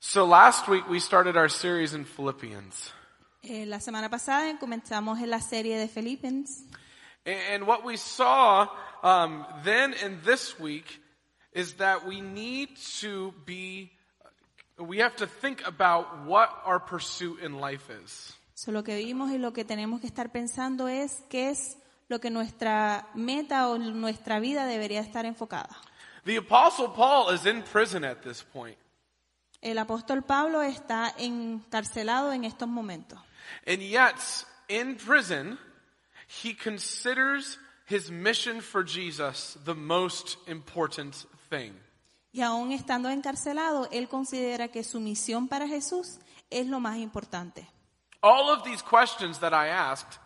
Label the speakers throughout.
Speaker 1: So last week we started our series in Philippians.
Speaker 2: Eh, la semana pasada comenzamos en la serie de Filipenses
Speaker 1: And what we saw um, then and this week is that we need to be, we have to think about what our pursuit in life is.
Speaker 2: So, lo que vimos y lo que tenemos que estar pensando es qué es lo que nuestra meta o nuestra vida debería estar enfocada.
Speaker 1: The Apostle Paul is in prison at this point,
Speaker 2: El apóstol Pablo está encarcelado en estos momentos.
Speaker 1: and yet in prison, he considers his mission for Jesus the most important thing.
Speaker 2: Y aún estando encarcelado, él considera que su misión para Jesús es lo más importante.
Speaker 1: All of these questions that I asked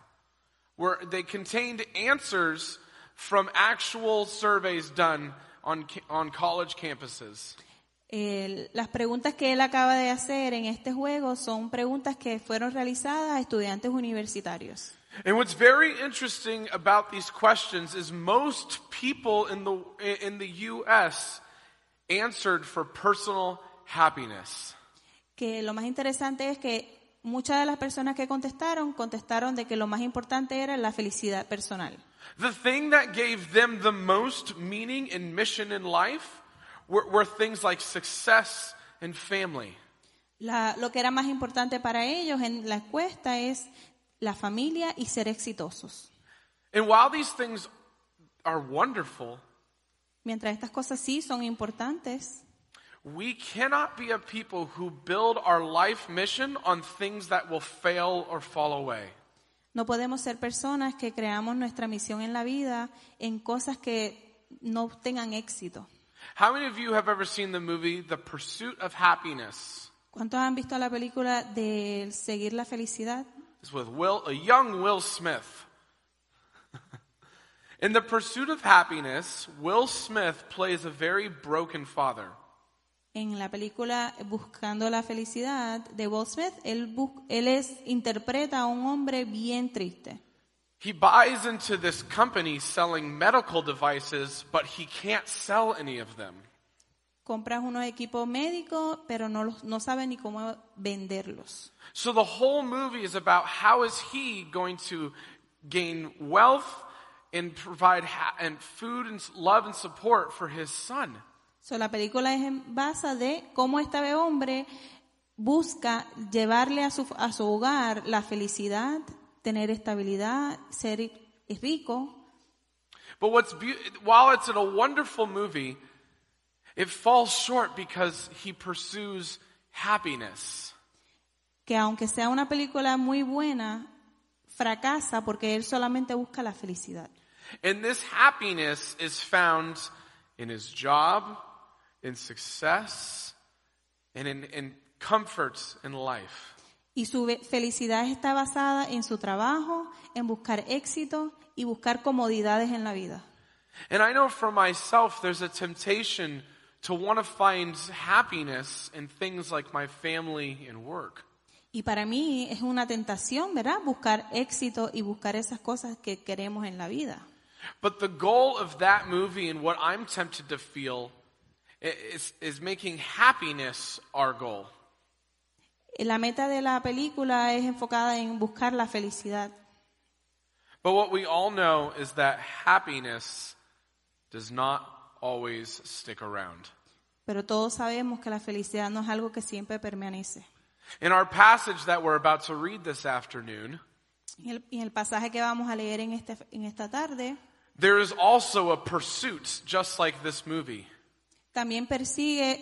Speaker 1: were they contained answers from actual surveys done on ca- on college campuses.
Speaker 2: El- las preguntas que él acaba de hacer en este juego son preguntas que fueron realizadas a estudiantes universitarios.
Speaker 1: And what's very interesting about these questions is most people in the in the US answered for personal happiness.
Speaker 2: que lo más interesante es que muchas de las personas que contestaron contestaron de que lo más importante era la felicidad personal.
Speaker 1: The thing that gave them the most meaning and mission in life were, were things like success and family.
Speaker 2: La- lo que era más importante para ellos en la encuesta es la familia y ser exitosos.
Speaker 1: And while these things are wonderful,
Speaker 2: Mientras estas cosas sí son importantes,
Speaker 1: We cannot be a people who build our life mission on things that will fail or fall away.
Speaker 2: no podemos ser personas que creamos nuestra misión en la vida en cosas que no tengan éxito.
Speaker 1: How many of you have ever seen the movie The Pursuit of Happiness?
Speaker 2: ¿Cuántos han visto la película de Seguir la felicidad?
Speaker 1: It's with Will, a young Will Smith. In The Pursuit of Happiness, Will Smith plays a very broken father.
Speaker 2: En la película Buscando la felicidad de Will Smith, él, bus- él es, interpreta a un hombre bien triste.
Speaker 1: He buys into this company selling medical devices, but he can't sell any of them.
Speaker 2: Compras unos equipos médicos, pero no, los- no sabe ni cómo venderlos.
Speaker 1: So the whole movie is about how is he going to gain wealth and provide ha- and food and s- love and support for his son.
Speaker 2: So, la película es en base de cómo este hombre busca llevarle a su, a su hogar la felicidad, tener estabilidad, ser i- rico.
Speaker 1: But what's beau- while it's a wonderful movie, it falls short because he pursues happiness.
Speaker 2: Que aunque sea una película muy buena, fracasa porque él solamente busca la felicidad.
Speaker 1: And this happiness is found in his job, in success, and in, in comforts in life.
Speaker 2: Y su ve- felicidad está basada en su trabajo, en buscar éxito y buscar comodidades en la vida.
Speaker 1: And I know for myself, there's a temptation to want to find happiness in things like my family and work.
Speaker 2: Y para mí es una tentación, ¿verdad? Buscar éxito y buscar esas cosas que queremos en la vida.
Speaker 1: But the goal of that movie and what I'm tempted to feel i- is, is making happiness our goal.
Speaker 2: La meta de la película es enfocada en buscar la felicidad,
Speaker 1: But what we all know is that happiness does not always stick around.
Speaker 2: pero todos sabemos que la felicidad no es algo que siempre permanece.
Speaker 1: In our passage that we're about to read this afternoon,
Speaker 2: En el, en el pasaje que vamos a leer en, este, en esta tarde,
Speaker 1: there is also a pursuit, just like this movie.
Speaker 2: también persigue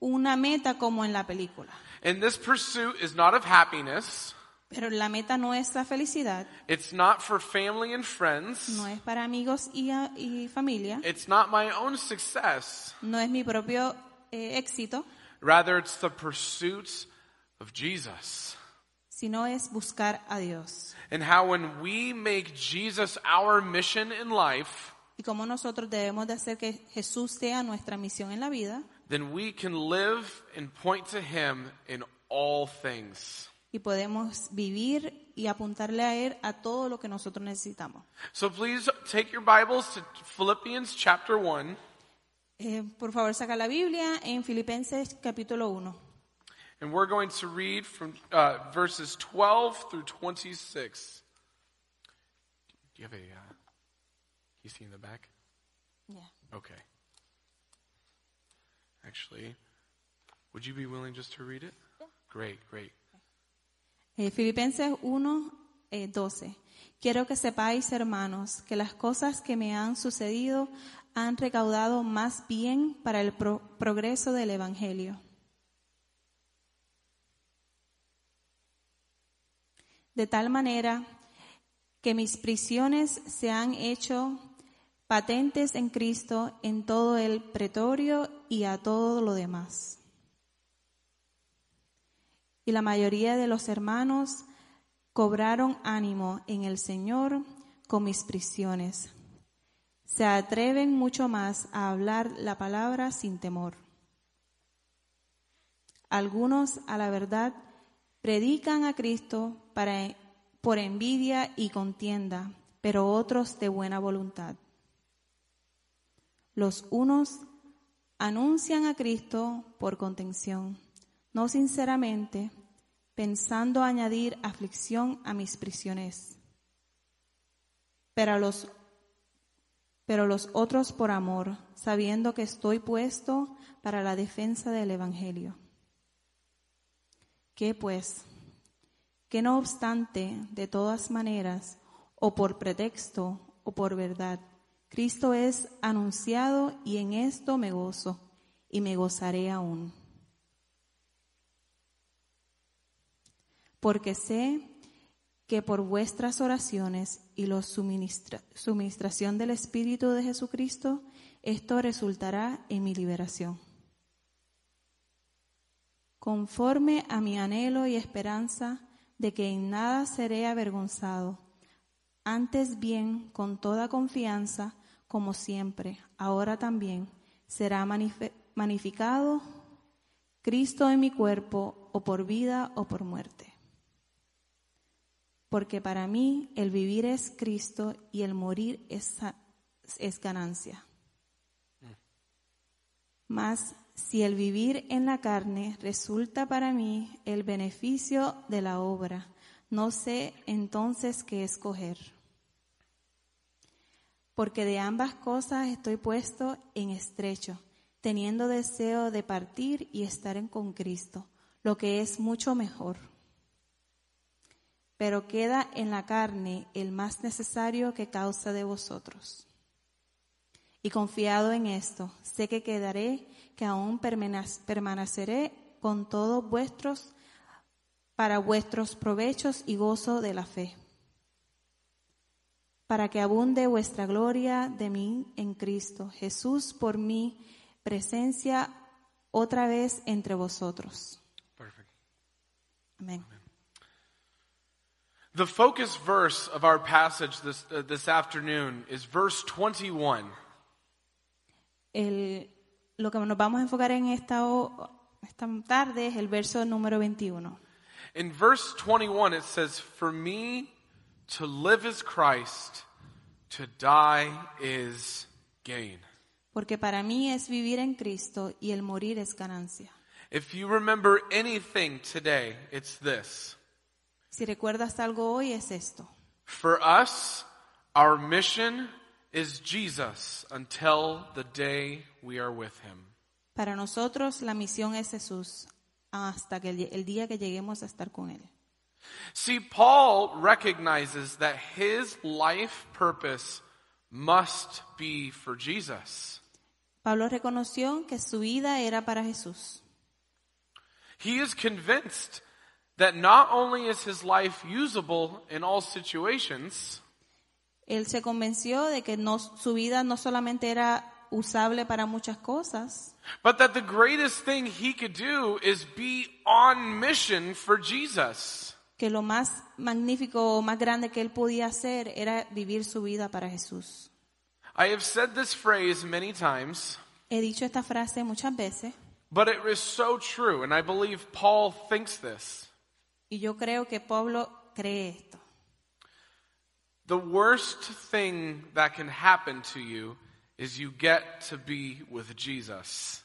Speaker 2: una meta como en la película.
Speaker 1: And this pursuit is not of happiness.
Speaker 2: Pero la meta no es la felicidad,
Speaker 1: It's not for family and friends.
Speaker 2: no es para amigos y, a- y familia,
Speaker 1: It's not my own success.
Speaker 2: no es mi propio eh, éxito,
Speaker 1: Rather, it's the pursuit of Jesus.
Speaker 2: sino es buscar a Dios.
Speaker 1: And how when we make Jesus our mission in life,
Speaker 2: Y cómo nosotros debemos de hacer que Jesús sea nuestra misión en la vida
Speaker 1: then we can live and point to him in all things.
Speaker 2: y podemos vivir y apuntarle a Él a todo lo que nosotros necesitamos.
Speaker 1: So please take your Bibles to Philippians chapter 1.
Speaker 2: Eh, por favor, saca la Biblia en Filipenses capítulo 1.
Speaker 1: And we're going to read from uh, verses 12 through 26. Do you have a. Uh, you see in the back?
Speaker 2: Yeah.
Speaker 1: Okay. Actually, would you be willing just to read it? Great, great.
Speaker 2: Eh, Filipenses 1, eh, 12. Quiero que sepáis, hermanos, que las cosas que me han sucedido han recaudado más bien para el pro- progreso del Evangelio. De tal manera que mis prisiones se han hecho patentes en Cristo en todo el pretorio y a todo lo demás y la mayoría de los hermanos cobraron ánimo en el Señor con mis prisiones. Se atreven mucho más a hablar la palabra sin temor. Algunos, a la verdad, predican a Cristo para- por envidia y contienda, pero otros de buena voluntad. Los unos anuncian a Cristo por contención, no sinceramente, pensando añadir aflicción a mis prisiones. Pero los, pero los otros por amor, sabiendo que estoy puesto para la defensa del Evangelio. ¿Qué pues? Que no obstante, de todas maneras, o por pretexto o por verdad, Cristo es anunciado y en esto me gozo y me gozaré aún. porque sé que por vuestras oraciones y la suministra- suministración del Espíritu de Jesucristo, esto resultará en mi liberación. Conforme a mi anhelo y esperanza de que en nada seré avergonzado, antes bien con toda confianza, como siempre, ahora también, será manife- magnificado Cristo en mi cuerpo, o por vida o por muerte porque para mí el vivir es Cristo y el morir es, es ganancia. Mas si el vivir en la carne resulta para mí el beneficio de la obra, no sé entonces qué escoger. Porque de ambas cosas estoy puesto en estrecho, teniendo deseo de partir y estar en con Cristo, lo que es mucho mejor pero queda en la carne el más necesario que causa de vosotros. Y confiado en esto, sé que quedaré, que aún permena- permaneceré con todos vuestros para vuestros provechos y gozo de la fe, para que abunde vuestra gloria de mí en Cristo Jesús por mi presencia otra vez entre vosotros.
Speaker 1: Perfect.
Speaker 2: Amén.
Speaker 1: The focus verse of our passage this, uh, this afternoon is verse 21.
Speaker 2: El- lo que nos vamos a enfocar en esta, o- esta tarde es el verso número 21.
Speaker 1: In verse 21, it says, For me to live is Christ, to die is gain.
Speaker 2: Porque para mí es vivir en Cristo y el morir es ganancia.
Speaker 1: If you remember anything today, it's this.
Speaker 2: Si recuerdas algo hoy es esto.
Speaker 1: For us, our mission is Jesus until the day we are with him.
Speaker 2: Para nosotros la misión es Jesús hasta que el, el día que lleguemos a estar con Él.
Speaker 1: See, Paul recognizes that his life purpose must be for Jesus.
Speaker 2: Pablo reconoció que su vida era para Jesús.
Speaker 1: He is convinced that not only is his life usable in all situations,
Speaker 2: Él se convenció de que no- su vida no solamente era usable para muchas cosas,
Speaker 1: but that the greatest thing he could do is be on mission for Jesus.
Speaker 2: que lo más magnífico o más grande que él podía hacer era vivir su vida para Jesús.
Speaker 1: I have said this phrase many times.
Speaker 2: He dicho esta frase muchas veces
Speaker 1: But it is so true, and I believe Paul thinks this.
Speaker 2: y yo creo que Pablo cree esto.
Speaker 1: The worst thing that can happen to you is you get to be with Jesus.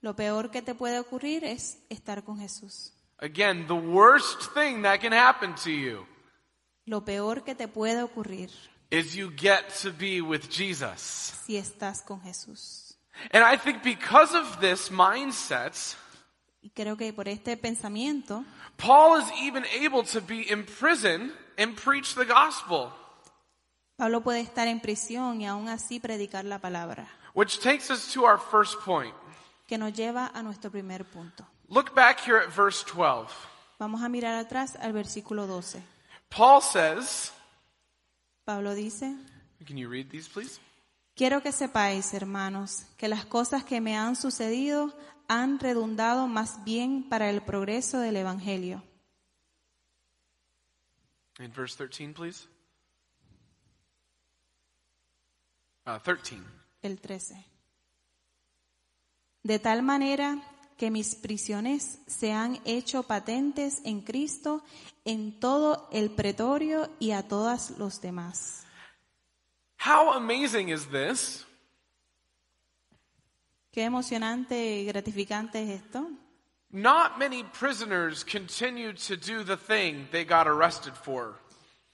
Speaker 2: Lo peor que te puede ocurrir es estar con Jesús.
Speaker 1: Again, the worst thing that can happen to you
Speaker 2: Lo peor que te puede ocurrir
Speaker 1: is you get to be with Jesus.
Speaker 2: si estás con Jesús.
Speaker 1: And I think because of this mindset,
Speaker 2: Y creo que por este pensamiento,
Speaker 1: Paul is even able to be in prison and preach the gospel,
Speaker 2: Pablo puede estar en prisión y aún así predicar la palabra,
Speaker 1: which takes us to our first point.
Speaker 2: que nos lleva a nuestro primer punto.
Speaker 1: Look back here at verse 12.
Speaker 2: Vamos a mirar atrás al versículo 12.
Speaker 1: Paul says,
Speaker 2: Pablo dice,
Speaker 1: Can you read these, please?
Speaker 2: Quiero que sepáis, hermanos, que las cosas que me han sucedido han redundado más bien para el progreso del Evangelio.
Speaker 1: In verse 13, please. Uh, 13.
Speaker 2: El 13. De tal manera que mis prisiones se han hecho patentes en Cristo en todo el pretorio y a todas los demás.
Speaker 1: How amazing is this?
Speaker 2: Qué emocionante y gratificante es esto.
Speaker 1: Not many prisoners continue to do the thing they got arrested for.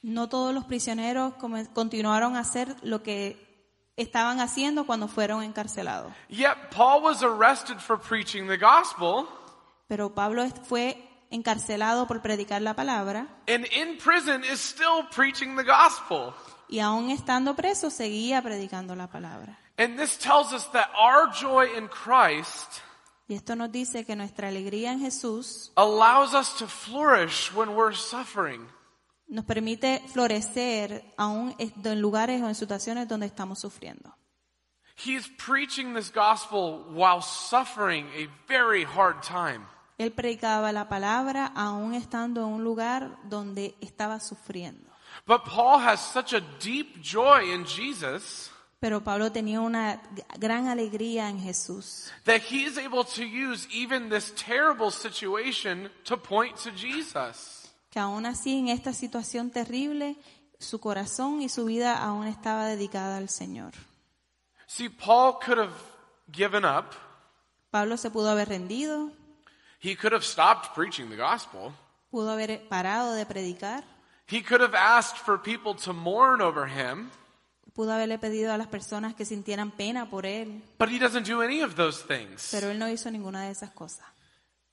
Speaker 2: No todos los prisioneros come- continuaron a hacer lo que estaban haciendo cuando fueron encarcelados.
Speaker 1: Yet Paul was arrested for preaching the gospel,
Speaker 2: Pero Pablo es- fue encarcelado por predicar la palabra
Speaker 1: and in prison is still preaching the gospel.
Speaker 2: y aún estando preso seguía predicando la palabra.
Speaker 1: And this tells us that our joy in Christ
Speaker 2: Y esto nos dice que nuestra alegría en Jesús
Speaker 1: allows us to flourish when we're suffering.
Speaker 2: nos permite florecer aún est- en lugares o en situaciones donde estamos sufriendo.
Speaker 1: He's preaching this gospel while suffering a very hard time.
Speaker 2: Él predicaba la palabra aún estando en un lugar donde estaba sufriendo.
Speaker 1: But Paul has such a deep joy in Jesus
Speaker 2: Pero Pablo tenía una g- gran alegría en Jesús,
Speaker 1: that he's able to use even this terrible situation to point to Jesus.
Speaker 2: que aún así en esta situación terrible, su corazón y su vida aún estaba dedicada al Señor.
Speaker 1: See, Paul could have given up.
Speaker 2: Pablo se pudo haber rendido,
Speaker 1: He could have stopped preaching the gospel.
Speaker 2: pudo haber parado de predicar,
Speaker 1: He could have asked for people to mourn over him,
Speaker 2: pudo haberle pedido a las personas que sintieran pena por él,
Speaker 1: but he doesn't do any of those things.
Speaker 2: pero él no hizo ninguna de esas cosas.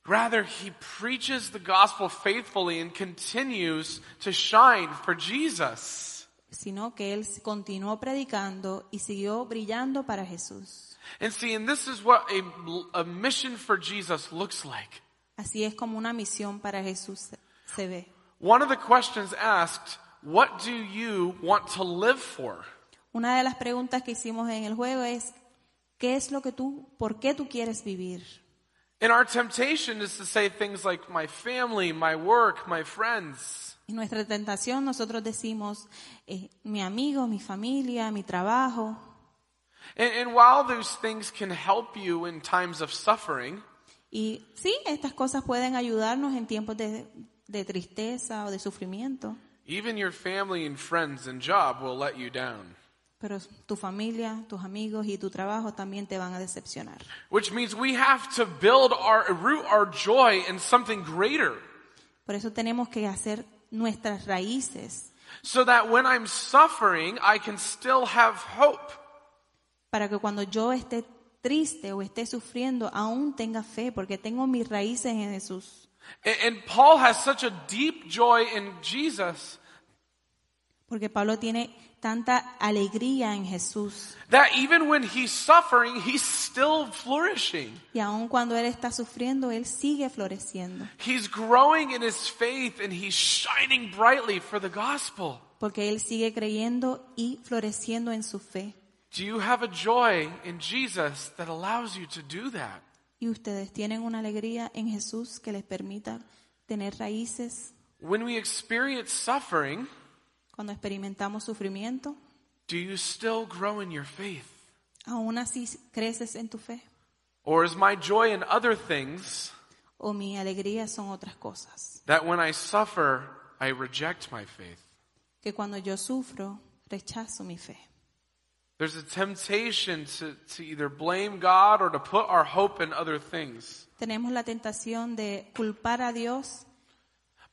Speaker 1: Rather, he preaches the gospel faithfully and continues to shine for Jesus.
Speaker 2: sino que él continuó predicando y siguió brillando para Jesús.
Speaker 1: And see, and this is what a, a mission for Jesus looks like.
Speaker 2: Así es como una misión para Jesús se- se ve.
Speaker 1: One of the questions asked, what do you want to live for?
Speaker 2: Una de las preguntas que hicimos en el juego es, ¿qué es lo que tú, por qué tú quieres vivir?
Speaker 1: And our temptation is to say things like my family, my work, my friends.
Speaker 2: En nuestra tentación nosotros decimos, eh, mi amigo, mi familia, mi trabajo.
Speaker 1: And, and while those things can help you in times of suffering,
Speaker 2: Y sí, estas cosas pueden ayudarnos en tiempos de, de tristeza o de sufrimiento,
Speaker 1: even your family and friends and job will let you down.
Speaker 2: pero tu familia, tus amigos y tu trabajo también te van a decepcionar.
Speaker 1: Which means we have to build our, root our joy in something greater.
Speaker 2: Por eso tenemos que hacer nuestras raíces
Speaker 1: So that when I'm suffering, I can still have hope.
Speaker 2: para que cuando yo esté triste o esté sufriendo aún tenga fe porque tengo mis raíces en Jesús.
Speaker 1: And, and Paul has such a deep joy in Jesus
Speaker 2: Porque Pablo tiene tanta alegría en Jesús
Speaker 1: that even when he's suffering, he's still flourishing.
Speaker 2: y aún cuando él está sufriendo él sigue floreciendo
Speaker 1: He's growing in his faith and he's shining brightly for the gospel.
Speaker 2: porque él sigue creyendo y floreciendo en su fe.
Speaker 1: Do you have a joy in Jesus that allows you to do that?
Speaker 2: Y ustedes tienen una alegría en Jesús que les permita tener raíces
Speaker 1: When we experience suffering,
Speaker 2: cuando experimentamos sufrimiento.
Speaker 1: do you still grow in your faith?
Speaker 2: Aún así creces en tu fe.
Speaker 1: Or is my joy in other things
Speaker 2: o mi alegría son otras cosas.
Speaker 1: that when I suffer, I reject my faith?
Speaker 2: Que cuando yo sufro, rechazo mi fe.
Speaker 1: There's a temptation to, to either blame God or to put our hope in other things.
Speaker 2: Tenemos la tentación de culpar a Dios,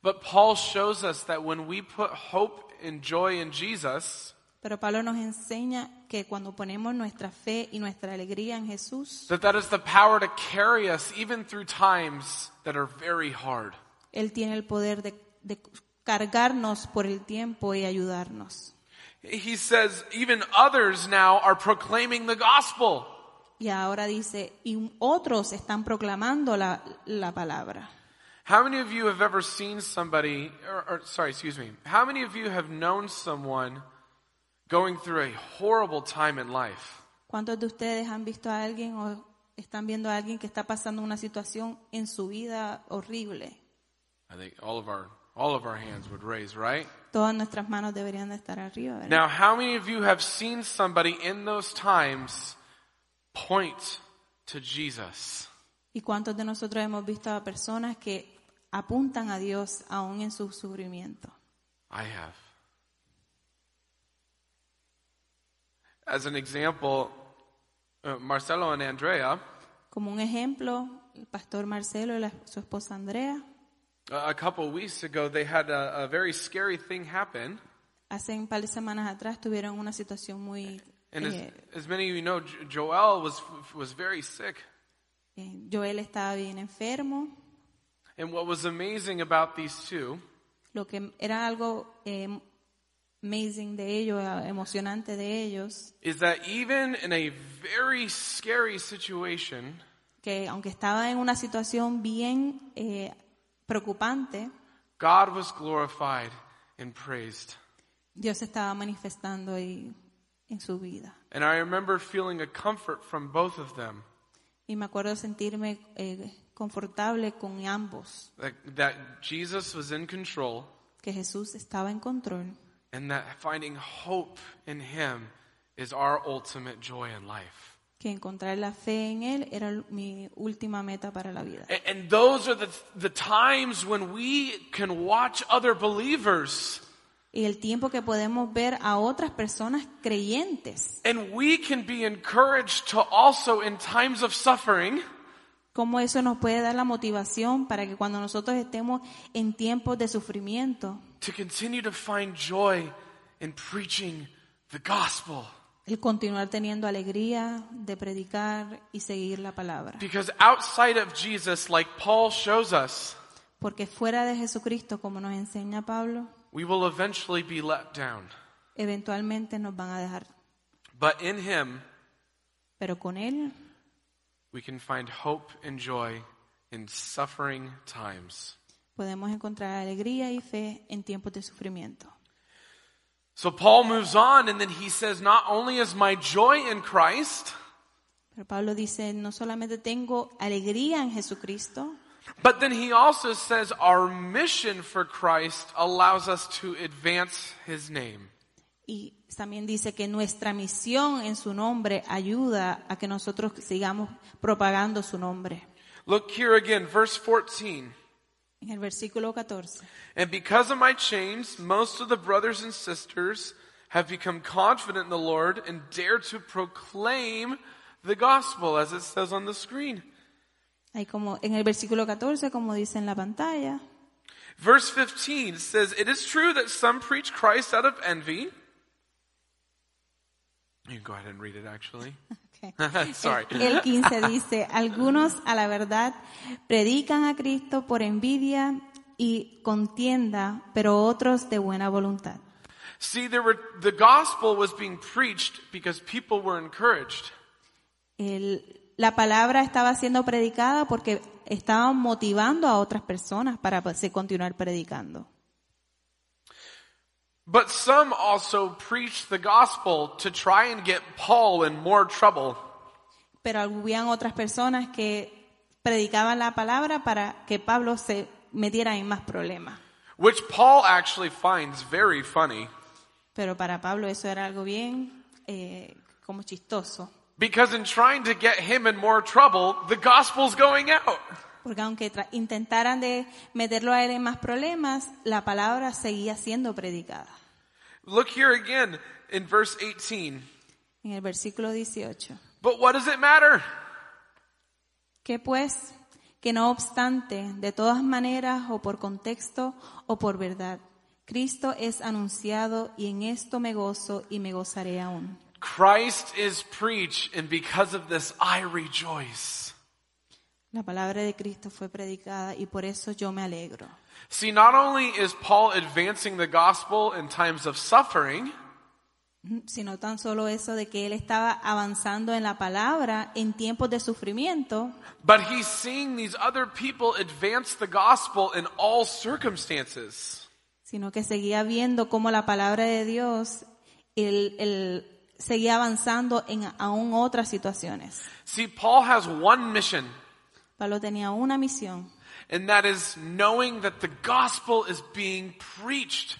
Speaker 1: But Paul shows us that when we put hope and joy in Jesus,
Speaker 2: pero Pablo nos enseña que cuando ponemos nuestra fe y nuestra alegría en Jesús,
Speaker 1: that that is the power to carry us even through times that are very hard.
Speaker 2: Él tiene el poder de, de cargarnos por el tiempo y ayudarnos.
Speaker 1: He says even others now are proclaiming the gospel.
Speaker 2: Y ahora dice, y otros están proclamando la, la palabra.
Speaker 1: How many of you have ever seen somebody, or, or sorry, excuse me, how many of you have known someone going through a horrible time in life?
Speaker 2: ¿Cuántos de ustedes han visto a alguien o están viendo a alguien que está pasando una situación en su vida horrible?
Speaker 1: I think all of our, all of our hands would raise, right?
Speaker 2: Todas nuestras manos deberían de estar arriba, ¿verdad?
Speaker 1: Now, how many of you have seen somebody in those times point to Jesus?
Speaker 2: ¿Y cuántos de nosotros hemos visto a personas que apuntan a Dios aún en su sufrimiento?
Speaker 1: I have. As an example, uh, Marcelo and Andrea,
Speaker 2: Como un ejemplo, el pastor Marcelo y la- su esposa Andrea
Speaker 1: uh, a couple of weeks ago, they had a, a very scary thing happen.
Speaker 2: hace un par de semanas atrás tuvieron una situación muy...
Speaker 1: And as,
Speaker 2: eh,
Speaker 1: as many of you know, Jo- Joel was, was very sick.
Speaker 2: eh, Joel estaba bien enfermo.
Speaker 1: And what was amazing about these two
Speaker 2: Lo que era algo eh, amazing de ellos, eh, emocionante de ellos,
Speaker 1: is that even in a very scary situation,
Speaker 2: que aunque estaba en una situación bien eh, preocupante,
Speaker 1: God was glorified and praised.
Speaker 2: Dios estaba manifestando ahí en su vida.
Speaker 1: And I remember feeling a comfort from both of them
Speaker 2: Y me acuerdo sentirme eh, confortable con ambos,
Speaker 1: that, that Jesus was in control
Speaker 2: que Jesús estaba en control
Speaker 1: and that finding hope in Him is our ultimate joy in life.
Speaker 2: que encontrar la fe en Él era mi última meta para la vida.
Speaker 1: And, and those are the, the times when we can watch other believers
Speaker 2: Y el tiempo que podemos ver a otras personas creyentes,
Speaker 1: and we can be encouraged to also, in times of suffering,
Speaker 2: cómo eso nos puede dar la motivación para que cuando nosotros estemos en tiempos de sufrimiento,
Speaker 1: to continue to find joy in preaching the gospel.
Speaker 2: el continuar teniendo alegría de predicar y seguir la palabra.
Speaker 1: Because outside of Jesus, like Paul shows us,
Speaker 2: Porque fuera de Jesucristo, como nos enseña Pablo,
Speaker 1: we will eventually be let down.
Speaker 2: eventualmente nos van a dejar.
Speaker 1: But in him,
Speaker 2: Pero con Él
Speaker 1: we can find hope and joy in suffering times.
Speaker 2: podemos encontrar alegría y fe en tiempos de sufrimiento.
Speaker 1: So Paul moves on and then he says, Not only is my joy in Christ,
Speaker 2: Pero Pablo dice, no solamente tengo alegría en Jesucristo,
Speaker 1: but then he also says, Our mission for Christ allows us to advance his name.
Speaker 2: y también dice que nuestra misión en su nombre ayuda a que nosotros sigamos propagando su nombre.
Speaker 1: Look here again, verse 14.
Speaker 2: En el versículo 14.
Speaker 1: And because of my chains, most of the brothers and sisters have become confident in the Lord and dare to proclaim the gospel, as it says on the screen.
Speaker 2: Hay como, en el versículo 14, como dice en la pantalla,
Speaker 1: Verse 15 says, It is true that some preach Christ out of envy. You can go ahead and read it, actually. Sorry.
Speaker 2: El 15 dice, algunos a la verdad predican a Cristo por envidia y contienda, pero otros de buena voluntad.
Speaker 1: See, there were, the gospel was being preached because people were encouraged.
Speaker 2: El- la palabra estaba siendo predicada porque estaban motivando a otras personas para pues, se- continuar predicando.
Speaker 1: But some also preached the gospel to try and get Paul in more trouble.
Speaker 2: Pero habían otras personas que predicaban la palabra para que Pablo se metiera en más problemas.
Speaker 1: which Paul actually finds very funny
Speaker 2: Pero para Pablo eso era algo bien eh, como chistoso.
Speaker 1: because in trying to get him in more trouble, the gospel's going out.
Speaker 2: Porque aunque tra- intentaran de meterlo a él en más problemas, la palabra seguía siendo predicada.
Speaker 1: Look here again in verse 18.
Speaker 2: en el versículo 18.
Speaker 1: But what does it matter?
Speaker 2: Que pues, que no obstante, de todas maneras o por contexto o por verdad, Cristo es anunciado y en esto me gozo y me gozaré aún.
Speaker 1: Christ is preached, and because of this, I rejoice.
Speaker 2: La palabra de Cristo fue predicada y por eso yo me alegro.
Speaker 1: See, not only is Paul advancing the gospel in times of suffering,
Speaker 2: Sino tan solo eso de que él estaba avanzando en la palabra en tiempos de sufrimiento,
Speaker 1: but he's seeing these other people advance the gospel in all circumstances.
Speaker 2: sino que seguía viendo cómo la palabra de Dios él, él seguía avanzando en aún otras situaciones.
Speaker 1: See, Paul has one mission,
Speaker 2: Pablo tenía una misión
Speaker 1: and that is knowing that the gospel is being preached.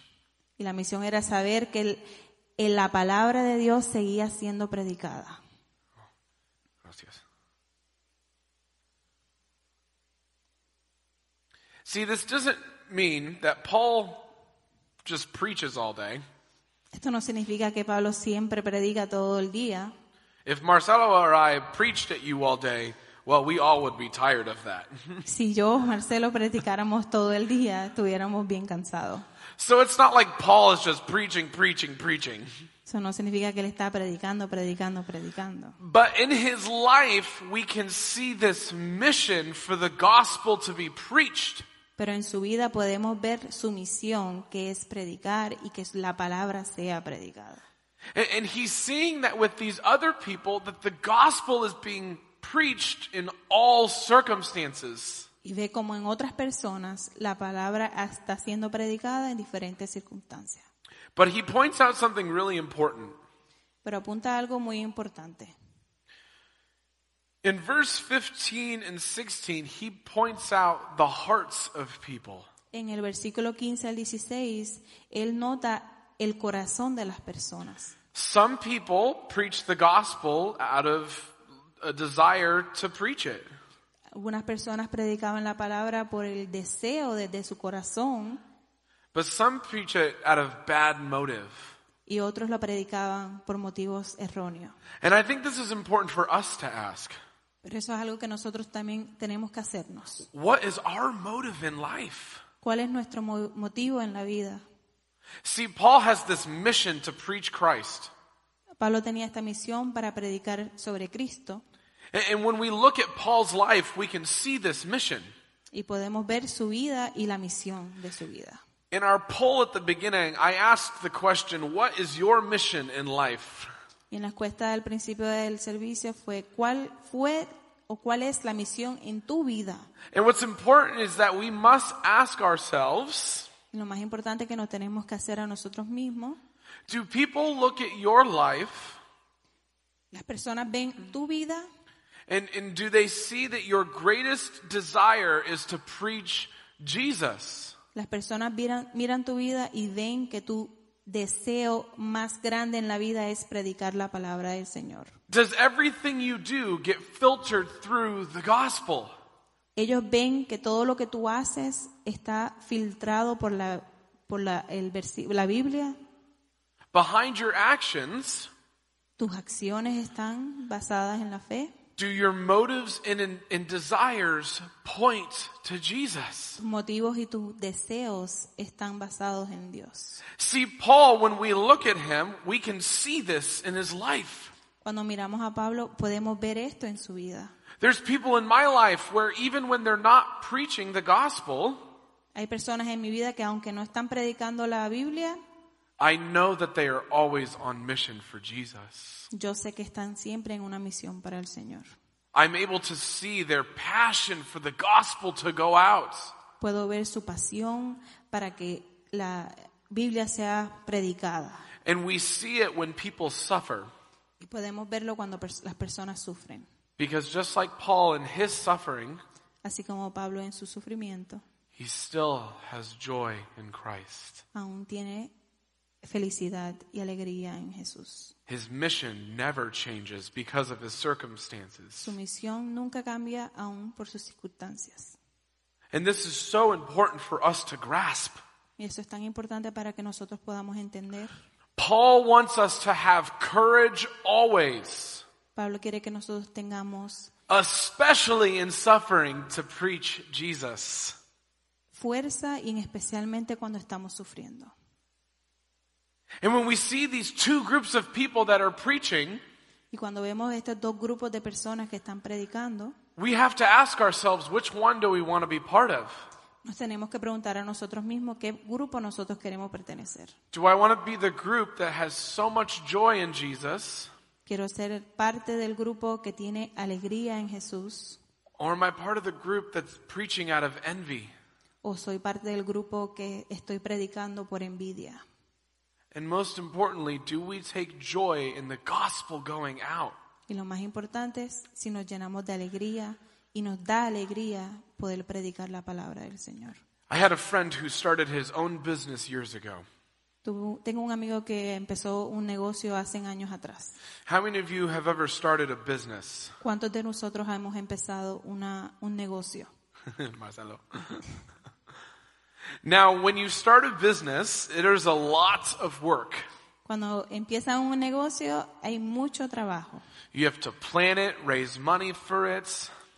Speaker 2: y la misión era saber que el- el- la palabra de Dios seguía siendo predicada.
Speaker 1: Gracias. See, this doesn't mean that Paul just preaches all day.
Speaker 2: Esto no significa que Pablo siempre predica todo el día.
Speaker 1: If Marcelo or I preached at you all day, well, we all would be tired of that.
Speaker 2: Si yo, Marcelo, predicáramos todo el día, estuviéramos bien cansados.
Speaker 1: so it's not like Paul is just preaching, preaching, preaching.
Speaker 2: Eso no significa que él está predicando, predicando, predicando.
Speaker 1: But in his life, we can see this mission for the gospel to be preached.
Speaker 2: Pero en su vida podemos ver su misión, que es predicar y que la palabra sea predicada.
Speaker 1: And, and he's seeing that with these other people that the gospel is being preached in all circumstances.
Speaker 2: Y ve como en otras personas la palabra está siendo predicada en diferentes circunstancias.
Speaker 1: But he points out something really important.
Speaker 2: Pero apunta a algo muy importante.
Speaker 1: In verse 15 and 16, he points out the hearts of people.
Speaker 2: En el versículo 15 al 16, él nota el corazón de las personas.
Speaker 1: Some people preach the gospel out of a desire to preach it.
Speaker 2: Algunas personas predicaban la palabra por el deseo desde su corazón
Speaker 1: But some preach it out of bad motive.
Speaker 2: y otros la predicaban por motivos erróneos.
Speaker 1: And I think this is important for us to ask.
Speaker 2: Pero eso es algo que nosotros también tenemos que hacernos.
Speaker 1: What is our motive in life?
Speaker 2: ¿Cuál es nuestro mo- motivo en la vida?
Speaker 1: See, Paul has this mission to preach Christ.
Speaker 2: Pablo tenía esta misión para predicar sobre Cristo
Speaker 1: And- And when we look at Paul's life, we can see this mission.
Speaker 2: y podemos ver su vida y la misión de su vida.
Speaker 1: In our poll at the beginning, I asked the question, What is your mission in life?
Speaker 2: Y en la encuesta del principio del servicio fue ¿cuál fue o cuál es la misión en tu vida?
Speaker 1: And what's important is that we must ask ourselves
Speaker 2: Y lo más importante que nos tenemos que hacer a nosotros mismos,
Speaker 1: Do people look at your life
Speaker 2: las personas ven tu vida
Speaker 1: and, and do they see that your greatest desire is to preach Jesus?
Speaker 2: Las personas miran, miran tu vida y ven que tu deseo más grande en la vida es predicar la palabra del Señor.
Speaker 1: Does everything you do get filtered through the gospel?
Speaker 2: Ellos ven que todo lo que tú haces está filtrado por la, por la, el versi- la Biblia.
Speaker 1: Behind your actions,
Speaker 2: Tus acciones están basadas en la fe.
Speaker 1: do your motives and, and, and desires point to Jesus?
Speaker 2: Tus motivos y tus deseos están basados en Dios.
Speaker 1: See, Paul, when we look at him, we can see this in his life.
Speaker 2: Cuando miramos a Pablo podemos ver esto en su vida.
Speaker 1: There's people in my life where even when they're not preaching the gospel,
Speaker 2: Hay personas en mi vida que aunque no están predicando la Biblia,
Speaker 1: I know that they are always on mission for Jesus.
Speaker 2: yo sé que están siempre en una misión para el Señor.
Speaker 1: I'm able to see their passion for the gospel to go out.
Speaker 2: Puedo ver su pasión para que la Biblia sea predicada.
Speaker 1: And we see it when people suffer.
Speaker 2: Y podemos verlo cuando pers- las personas sufren.
Speaker 1: Because just like Paul in his suffering,
Speaker 2: Así como Pablo en su sufrimiento
Speaker 1: he still has joy in Christ.
Speaker 2: aún tiene felicidad y alegría en Jesús.
Speaker 1: His mission never changes because of his circumstances.
Speaker 2: Su misión nunca cambia aún por sus circunstancias.
Speaker 1: And this is so important for us to grasp.
Speaker 2: Y eso es tan importante para que nosotros podamos entender.
Speaker 1: Paul wants us to have courage always,
Speaker 2: Pablo quiere que nosotros tengamos
Speaker 1: especially in suffering, to preach Jesus.
Speaker 2: fuerza y en especialmente cuando estamos sufriendo.
Speaker 1: And when we see these two groups of people that are preaching,
Speaker 2: Y cuando vemos estos dos grupos de personas que están predicando,
Speaker 1: we have to ask ourselves which one do we want to be part of?
Speaker 2: nos tenemos que preguntar a nosotros mismos qué grupo nosotros queremos pertenecer.
Speaker 1: Do I want to be the group that has so much joy in Jesus,
Speaker 2: Quiero ser parte del grupo que tiene alegría en Jesús
Speaker 1: or am I part of the group that's preaching out of envy?
Speaker 2: o soy parte del grupo que estoy predicando por envidia.
Speaker 1: And most importantly, do we take joy in the gospel going out?
Speaker 2: Y lo más importante es si nos llenamos de alegría y nos da alegría poder predicar la palabra del Señor.
Speaker 1: I had a friend who started his own business years ago.
Speaker 2: Tuve- Tengo un amigo que empezó un negocio hace años atrás.
Speaker 1: How many of you have ever started a business?
Speaker 2: ¿Cuántos de nosotros hemos empezado una, un negocio?
Speaker 1: Marcelo. now, when you start a business, there's a lot of work.
Speaker 2: Cuando empieza un negocio hay mucho trabajo.
Speaker 1: You have to plan it, raise money for it,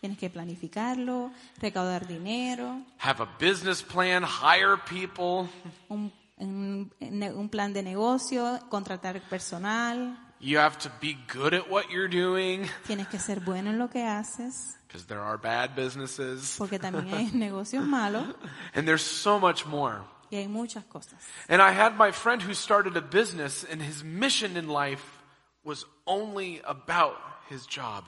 Speaker 2: Tienes que planificarlo, recaudar dinero,
Speaker 1: have a business plan, hire people.
Speaker 2: un, un- un plan de negocio, contratar personal.
Speaker 1: You have to be good at what you're doing
Speaker 2: Tienes que ser bueno en lo que haces,
Speaker 1: because there are bad businesses.
Speaker 2: porque también hay negocios malos
Speaker 1: And there's so much more.
Speaker 2: y hay muchas cosas.
Speaker 1: And I had my friend who started a business, and his mission in life was only about his job.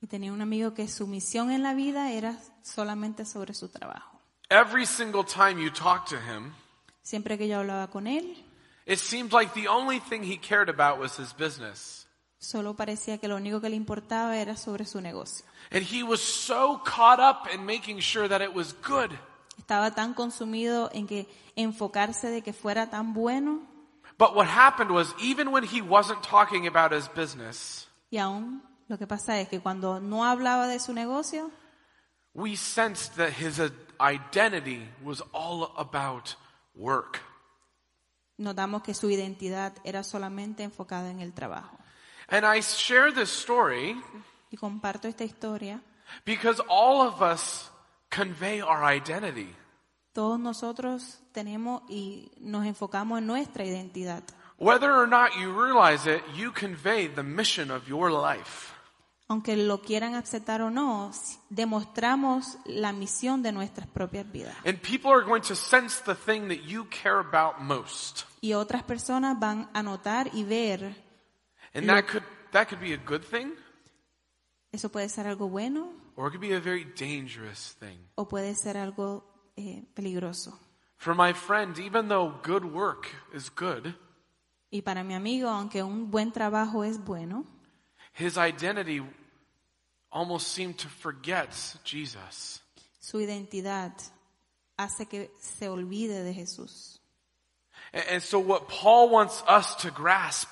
Speaker 2: Y tenía un amigo que su misión en la vida era solamente sobre su trabajo.
Speaker 1: Every single time you talked to him,
Speaker 2: Siempre que yo hablaba con él,
Speaker 1: it seemed like the only thing he cared about was his business.
Speaker 2: solo parecía que lo único que le importaba era sobre su negocio.
Speaker 1: And he was so caught up in making sure that it was good.
Speaker 2: Estaba tan consumido en que enfocarse de que fuera tan bueno
Speaker 1: But what happened was, even when he wasn't talking about his business,
Speaker 2: y aún lo que pasa es que cuando no hablaba de su negocio,
Speaker 1: we sensed that his uh, identity was all about work.
Speaker 2: notamos que su identidad era solamente enfocada en el trabajo.
Speaker 1: And I share this story
Speaker 2: Y comparto esta historia.
Speaker 1: Because all of us convey our identity.
Speaker 2: Todos nosotros tenemos y nos enfocamos en nuestra identidad.
Speaker 1: Whether or not you realize it, you convey the mission of your life.
Speaker 2: Aunque lo quieran aceptar o no, s- demostramos la misión de nuestras propias vidas.
Speaker 1: And people are going to sense the thing that you care about most.
Speaker 2: Y otras personas van a notar y ver,
Speaker 1: And that could, that could be a good thing,
Speaker 2: eso puede ser algo bueno
Speaker 1: or it could be a very dangerous thing.
Speaker 2: o puede ser algo eh, peligroso.
Speaker 1: For my friend, even though good work is good,
Speaker 2: Y para mi amigo, aunque un buen trabajo es bueno,
Speaker 1: his identity almost seemed to forget Jesus.
Speaker 2: su identidad hace que se olvide de Jesús.
Speaker 1: And, and so what Paul wants us to grasp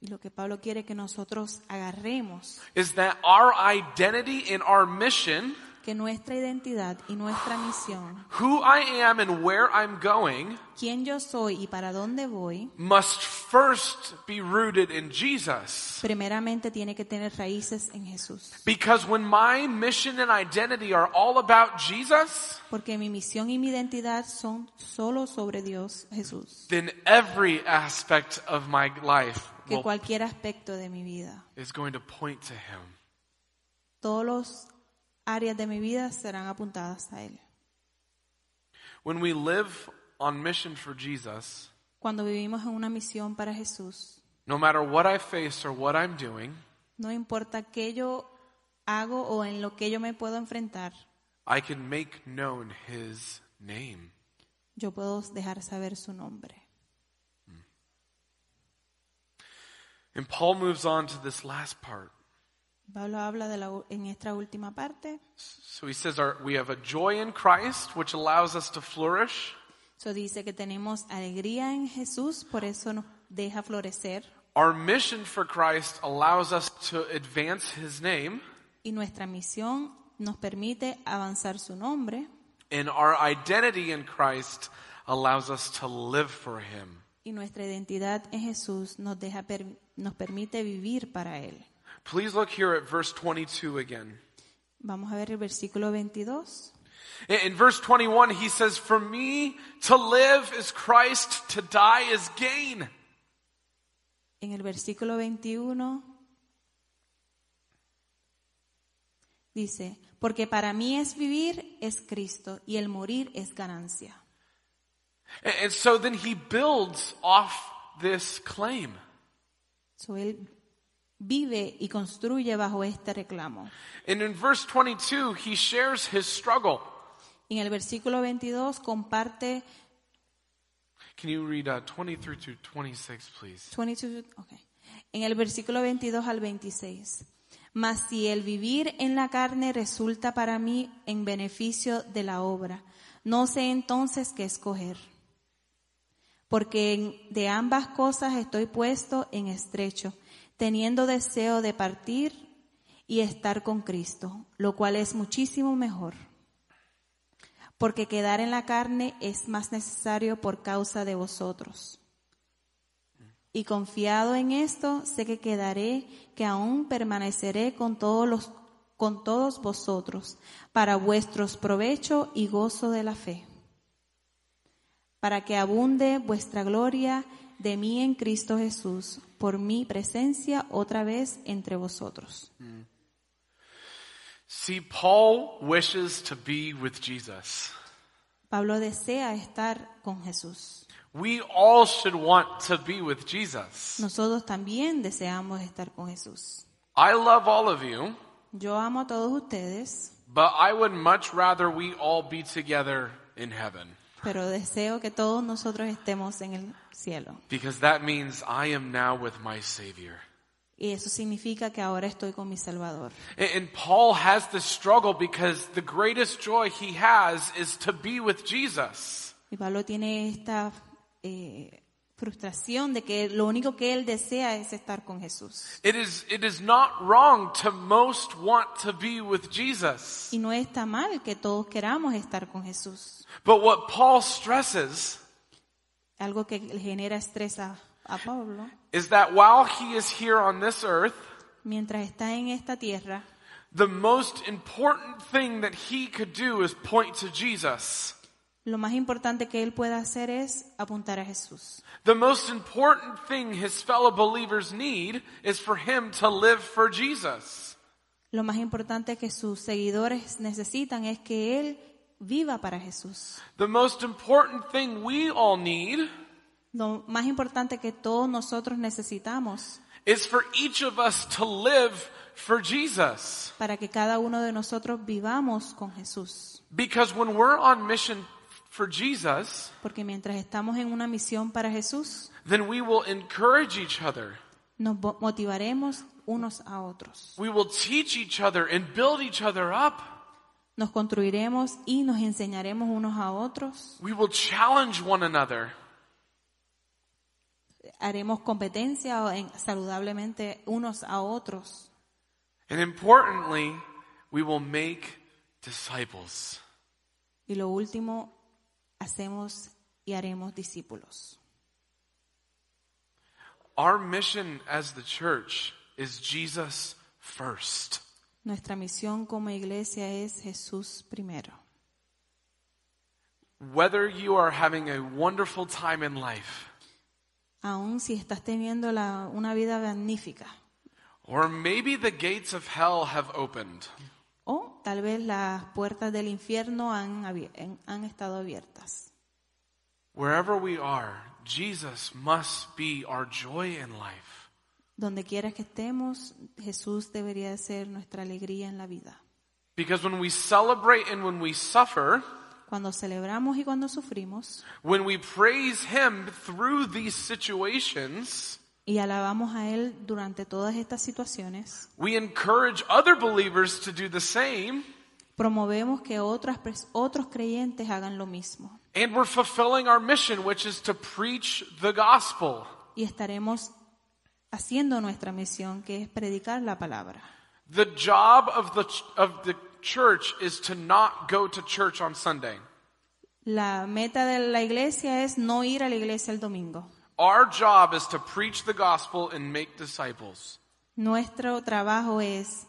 Speaker 2: Y lo que Pablo quiere que nosotros agarremos,
Speaker 1: is that our identity and our mission,
Speaker 2: que nuestra identidad y nuestra misión,
Speaker 1: who I am and where I'm going,
Speaker 2: quién yo soy y para dónde voy,
Speaker 1: must first be rooted in Jesus.
Speaker 2: primeramente tiene que tener raíces en Jesús.
Speaker 1: Because when my mission and identity are all about Jesus,
Speaker 2: Porque mi misión y mi identidad son solo sobre Dios Jesús.
Speaker 1: then every aspect of my life
Speaker 2: Que
Speaker 1: will,
Speaker 2: cualquier aspecto de mi vida,
Speaker 1: is going to point to Him.
Speaker 2: todos los áreas de mi vida serán apuntadas a Él.
Speaker 1: When we live on mission for Jesus,
Speaker 2: Cuando vivimos en una misión para Jesús,
Speaker 1: no matter what I face or what I'm doing,
Speaker 2: no importa qué yo hago o en lo que yo me puedo enfrentar,
Speaker 1: I can make known His name.
Speaker 2: yo puedo dejar saber su nombre.
Speaker 1: And Paul moves on to this last part.
Speaker 2: Pablo habla de la u- en esta última parte.
Speaker 1: So he says our, we have a joy in Christ, which allows us to flourish.
Speaker 2: So dice que tenemos alegría en Jesús, por eso nos deja florecer.
Speaker 1: Our mission for Christ allows us to advance his name.
Speaker 2: Y nuestra misión nos permite avanzar su nombre.
Speaker 1: And our identity in Christ allows us to live for him.
Speaker 2: Y nuestra identidad en Jesús nos, deja per- nos permite vivir para Él.
Speaker 1: Please look here at verse 22 again.
Speaker 2: Vamos a ver el versículo 22.
Speaker 1: In in verse 21, he says, For me to live is Christ, to die is gain.
Speaker 2: En el versículo 21 dice, porque para mí es vivir es Cristo y el morir es ganancia.
Speaker 1: And- And so then he builds off this claim.
Speaker 2: So, él vive y construye bajo este reclamo.
Speaker 1: And in verse 22, he shares his struggle.
Speaker 2: En el versículo 22 comparte
Speaker 1: Can you read uh, 23 to 26, please?
Speaker 2: 22, ok. En el versículo 22 al 26. Mas si el vivir en la carne resulta para mí en beneficio de la obra, no sé entonces qué escoger. Porque en- de ambas cosas estoy puesto en estrecho, teniendo deseo de partir y estar con Cristo, lo cual es muchísimo mejor. Porque quedar en la carne es más necesario por causa de vosotros. Y confiado en esto, sé que quedaré, que aún permaneceré con todos los con todos vosotros, para vuestros provecho y gozo de la fe, para que abunde vuestra gloria de mí en Cristo Jesús, por mi presencia otra vez entre vosotros.
Speaker 1: See, Paul wishes to be with Jesus.
Speaker 2: Pablo desea estar con Jesús.
Speaker 1: We all should want to be with Jesus.
Speaker 2: Nosotros también deseamos estar con Jesús.
Speaker 1: I love all of you,
Speaker 2: Yo amo a todos ustedes,
Speaker 1: but I would much rather we all be together in heaven
Speaker 2: pero deseo que todos nosotros estemos en el cielo.
Speaker 1: because that means I am now with my Savior.
Speaker 2: Y eso significa que ahora estoy con mi Salvador.
Speaker 1: And- And Paul has this struggle because the greatest joy he has is to be with Jesus.
Speaker 2: Y Pablo tiene esta eh, frustración de que lo único que él desea es estar con Jesús.
Speaker 1: It is, it is not wrong to most want to be with Jesus.
Speaker 2: Y no está mal que todos queramos estar con Jesús.
Speaker 1: But what Paul stresses
Speaker 2: Algo que le genera estrés a, a Pablo.
Speaker 1: is that while he is here on this earth,
Speaker 2: Mientras está en esta tierra,
Speaker 1: the most important thing that he could do is point to Jesus.
Speaker 2: lo más importante que él pueda hacer es apuntar a Jesús.
Speaker 1: The most important thing his fellow believers need is for him to live for Jesus.
Speaker 2: Lo más importante que sus seguidores necesitan es que él viva para Jesús.
Speaker 1: The most important thing we all need
Speaker 2: Lo más importante que todos nosotros necesitamos
Speaker 1: is for each of us to live for Jesus.
Speaker 2: para que cada uno de nosotros vivamos con Jesús.
Speaker 1: Because when we're on mission for Jesus,
Speaker 2: Porque mientras estamos en una misión para Jesús,
Speaker 1: then we will encourage each other.
Speaker 2: nos vo- motivaremos unos a otros.
Speaker 1: We will teach each other and build each other up.
Speaker 2: Nos construiremos y nos enseñaremos unos a otros.
Speaker 1: We will challenge one another.
Speaker 2: Haremos competencia o en- saludablemente unos a otros.
Speaker 1: And importantly, we will make disciples.
Speaker 2: Y lo último, hacemos y haremos discípulos.
Speaker 1: Our mission as the church is Jesus first.
Speaker 2: Nuestra misión como iglesia es Jesús primero.
Speaker 1: Whether you are having a wonderful time in life,
Speaker 2: Aun si estás teniendo la- una vida magnífica,
Speaker 1: or maybe the gates of hell have opened,
Speaker 2: O tal vez las puertas del infierno han, abi- en- han estado abiertas.
Speaker 1: wherever we are, Jesus must be our joy in life.
Speaker 2: Donde quiera que estemos, Jesús debería de ser nuestra alegría en la vida.
Speaker 1: Because when we celebrate and when we suffer,
Speaker 2: Cuando celebramos y cuando sufrimos
Speaker 1: when we praise Him through these situations,
Speaker 2: y alabamos a Él durante todas estas situaciones,
Speaker 1: We encourage other believers to do the same,
Speaker 2: promovemos que otras, pers- otros creyentes hagan lo mismo
Speaker 1: and we're fulfilling our mission, which is to preach the gospel.
Speaker 2: y estaremos haciendo nuestra misión, que es predicar la palabra.
Speaker 1: The job of the, ch- of the church is to not go to church on Sunday.
Speaker 2: La meta de la iglesia es no ir a la iglesia el domingo.
Speaker 1: Our job is to preach the gospel and make disciples.
Speaker 2: Nuestro trabajo es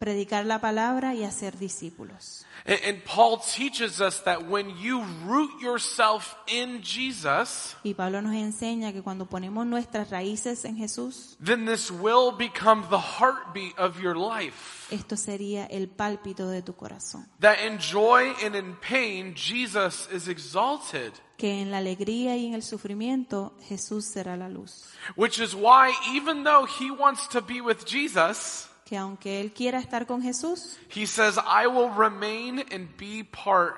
Speaker 2: predicar la palabra y hacer discípulos.
Speaker 1: And, and Paul teaches us that when you root yourself in Jesus,
Speaker 2: Y Pablo nos enseña que cuando ponemos nuestras raíces en Jesús,
Speaker 1: then this will become the heartbeat of your life.
Speaker 2: esto sería el pálpito de tu corazón.
Speaker 1: That in joy and in pain, Jesus is exalted.
Speaker 2: Que en la alegría y en el sufrimiento Jesús será la luz.
Speaker 1: Which is why, even though he wants to be with Jesus,
Speaker 2: Que aunque Él quiera estar con Jesús,
Speaker 1: he says, I will remain and be part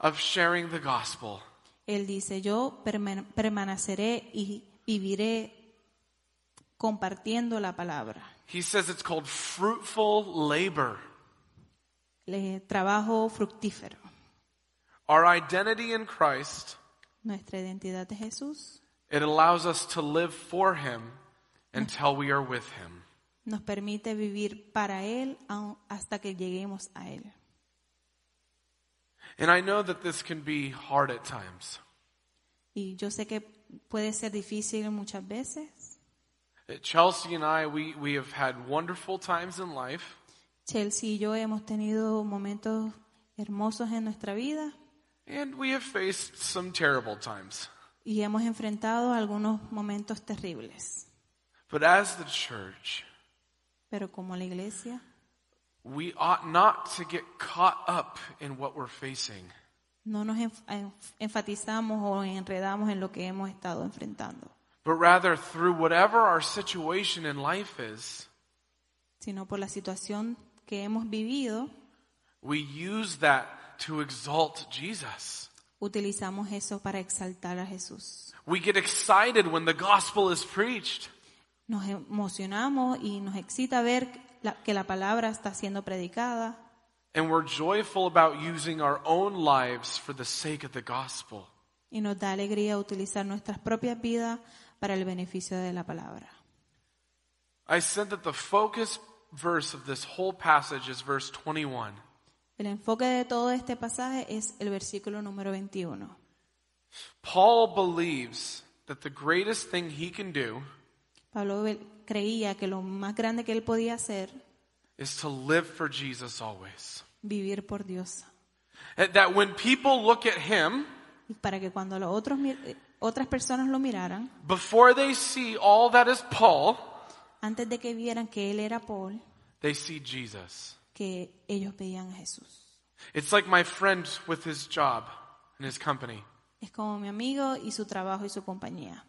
Speaker 1: of sharing the gospel.
Speaker 2: Él dice, yo permane- permaneceré y viviré compartiendo la palabra.
Speaker 1: He says it's called fruitful labor.
Speaker 2: Le- trabajo fructífero.
Speaker 1: Our identity in Christ,
Speaker 2: Nuestra identidad es Jesús.
Speaker 1: it allows us to live for him until we are with him.
Speaker 2: Nos permite vivir para Él aun- hasta que lleguemos a Él.
Speaker 1: And I know that this can be hard at times.
Speaker 2: Y yo sé que puede ser difícil muchas veces.
Speaker 1: Chelsea and I, we, we have had wonderful times in life,
Speaker 2: Chelsea y yo hemos tenido momentos hermosos en nuestra vida
Speaker 1: and we have faced some terrible times.
Speaker 2: y hemos enfrentado algunos momentos terribles.
Speaker 1: But as the church,
Speaker 2: Pero como la iglesia,
Speaker 1: we ought not to get caught up in what we're facing.
Speaker 2: no nos enf- enf- enfatizamos o enredamos en lo que hemos estado enfrentando,
Speaker 1: But rather, through whatever our situation in life is,
Speaker 2: sino por la situación que hemos vivido,
Speaker 1: we use that to exalt Jesus.
Speaker 2: utilizamos eso para exaltar a Jesús.
Speaker 1: We get excited when the gospel is preached.
Speaker 2: Nos emocionamos y nos excita ver la- que la palabra está siendo predicada.
Speaker 1: And we're joyful about using our own lives for the sake of the gospel.
Speaker 2: y nos da alegría utilizar nuestras propias vidas para el beneficio de la palabra.
Speaker 1: I said that the focus verse of this whole passage is verse 21.
Speaker 2: El enfoque de todo este pasaje es el versículo número 21.
Speaker 1: Paul believes that the greatest thing he can do
Speaker 2: Pablo ve- creía que lo más grande que él podía hacer,
Speaker 1: is to live for Jesus always.
Speaker 2: vivir por Dios.
Speaker 1: That when people look at him,
Speaker 2: Y para que cuando los otros, mi- eh, otras personas lo miraran,
Speaker 1: before they see all that is Paul,
Speaker 2: antes de que vieran que él era Paul,
Speaker 1: they see Jesus.
Speaker 2: que ellos veían a Jesús.
Speaker 1: It's like my friend with his job and his company.
Speaker 2: Es como mi amigo y su trabajo y su compañía.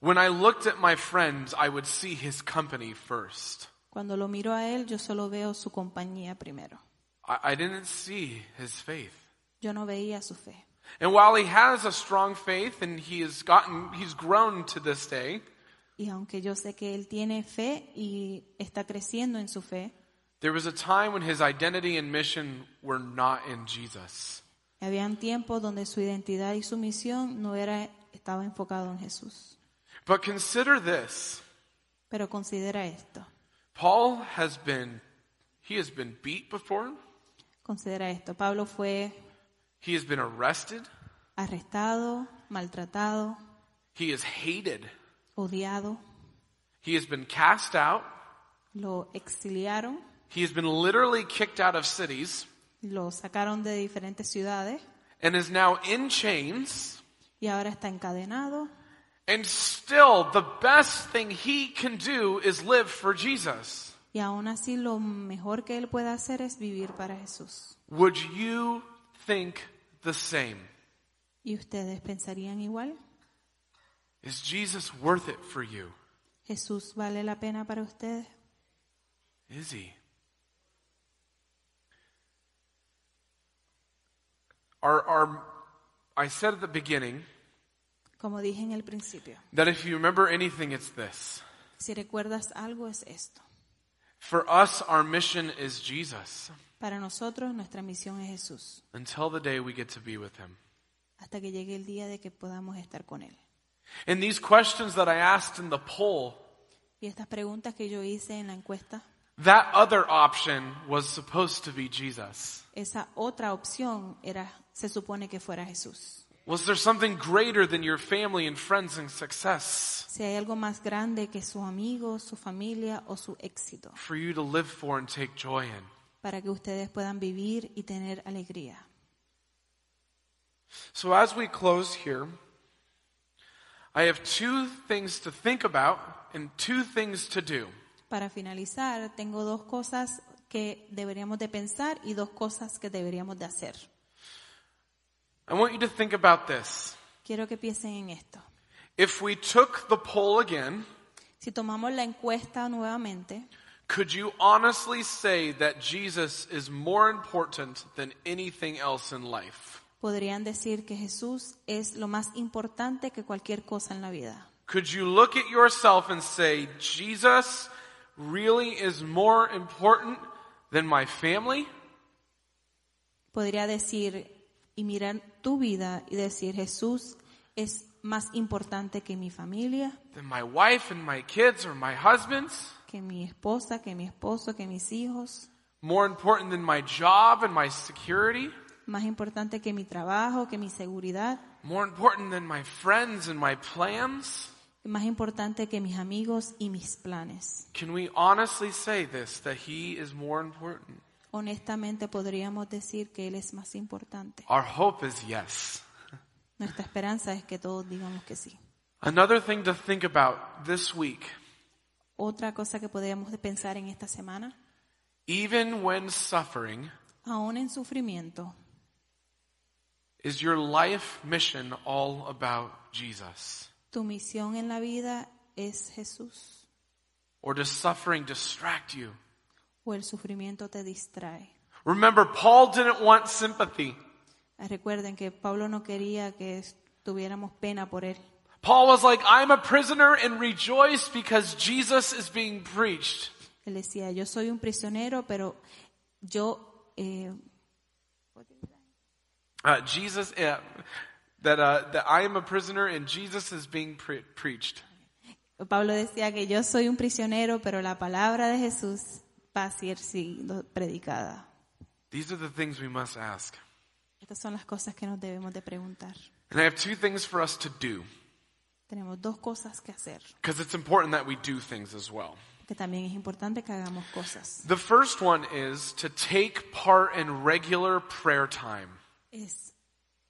Speaker 1: When I looked at my friend, I would see his company first.
Speaker 2: Cuando lo miro a él, yo solo veo su compañía primero.
Speaker 1: I, I didn't see his faith.
Speaker 2: Yo no veía su fe.
Speaker 1: And while he has a strong faith and he has gotten, he's grown to this day,
Speaker 2: Y aunque yo sé que él tiene fe y está creciendo en su fe,
Speaker 1: there was a time when his identity and mission were not in Jesus.
Speaker 2: habían tiempos donde su identidad y su misión no era estaba enfocado en Jesús.
Speaker 1: But consider this.
Speaker 2: Pero considera esto,
Speaker 1: Paul has been, he has been beat before.
Speaker 2: considera esto. Pablo fue
Speaker 1: He has been arrested.
Speaker 2: arrestado, maltratado,
Speaker 1: He is hated.
Speaker 2: odiado,
Speaker 1: He has been cast out.
Speaker 2: lo exiliaron,
Speaker 1: He has been literally kicked out of cities
Speaker 2: lo sacaron de diferentes ciudades
Speaker 1: and is now in chains.
Speaker 2: y ahora está encadenado.
Speaker 1: And still, the best thing he can do is live for Jesus.
Speaker 2: Y aún así lo mejor que él puede hacer es vivir para Jesús.
Speaker 1: Would you think the same?
Speaker 2: ¿Y ustedes pensarían igual?
Speaker 1: Is Jesus worth it for you?
Speaker 2: ¿Jesús vale la pena para ustedes?
Speaker 1: Is he? Our, our, I said at the beginning
Speaker 2: Como dije en el principio,
Speaker 1: that if you remember anything, it's this.
Speaker 2: si recuerdas algo es esto.
Speaker 1: For us, our mission is Jesus
Speaker 2: Para nosotros nuestra misión es Jesús,
Speaker 1: until the day we get to be with him.
Speaker 2: hasta que llegue el día de que podamos estar con Él.
Speaker 1: And these questions that I asked in the poll,
Speaker 2: Y estas preguntas que yo hice en la encuesta,
Speaker 1: that other option was supposed to be Jesus.
Speaker 2: esa otra opción era, se supone que fuera Jesús.
Speaker 1: Was there something greater than your family and friends and success
Speaker 2: si hay algo más grande que sus amigos, su familia o su éxito,
Speaker 1: for you to live for and take joy in?
Speaker 2: para que ustedes puedan vivir y tener alegría.
Speaker 1: So, as we close here, I have two things to think about and two things to do.
Speaker 2: Para finalizar, tengo dos cosas que deberíamos de pensar y dos cosas que deberíamos de hacer.
Speaker 1: I want you to think about this.
Speaker 2: Quiero que piensen en esto.
Speaker 1: If we took the poll again,
Speaker 2: Si tomamos la encuesta nuevamente,
Speaker 1: could you honestly say that Jesus is more important than anything else in life?
Speaker 2: podrían decir que Jesús es lo más importante que cualquier cosa en la vida.
Speaker 1: Could you look at yourself and say, Jesus really is more important than my family?
Speaker 2: Podría decir y mirar tu vida y decir Jesús es más importante que mi familia,
Speaker 1: Than my wife and my kids or my husbands?
Speaker 2: que mi esposa, que mi esposo, que mis hijos,
Speaker 1: More important than my job and my security?
Speaker 2: más importante que mi trabajo, que mi seguridad,
Speaker 1: More important than my friends and my plans?
Speaker 2: más importante que mis amigos y mis planes.
Speaker 1: Can we honestly say this, that He is more important?
Speaker 2: Honestamente podríamos decir que Él es más importante.
Speaker 1: Our hope is yes.
Speaker 2: Nuestra esperanza es que todos digamos que sí.
Speaker 1: Another thing to think about this week,
Speaker 2: Otra cosa que podríamos pensar en esta semana,
Speaker 1: even when suffering,
Speaker 2: aún en sufrimiento,
Speaker 1: is your life mission all about Jesus?
Speaker 2: tu misión en la vida es Jesús.
Speaker 1: Or does suffering distract you?
Speaker 2: o el sufrimiento te distrae.
Speaker 1: Remember, Paul didn't want sympathy.
Speaker 2: Recuerden que Pablo no quería que es- tuviéramos pena por él.
Speaker 1: Paul was like, I'm a prisoner and rejoice because Jesus is being preached.
Speaker 2: Él decía, yo soy un prisionero, pero yo, eh,
Speaker 1: Uh, Jesus, uh, that, uh, that I am a prisoner and Jesus is being pre- preached.
Speaker 2: Pablo decía que yo soy un prisionero, pero la palabra de Jesús va a ser siendo predicada.
Speaker 1: These are the things we must ask.
Speaker 2: Estas son las cosas que nos debemos de preguntar.
Speaker 1: And I have two things for us to do
Speaker 2: Tenemos dos cosas que hacer,
Speaker 1: because it's important that we do things as well.
Speaker 2: que también es importante que hagamos cosas.
Speaker 1: The first one is to take part in regular prayer time.
Speaker 2: Es,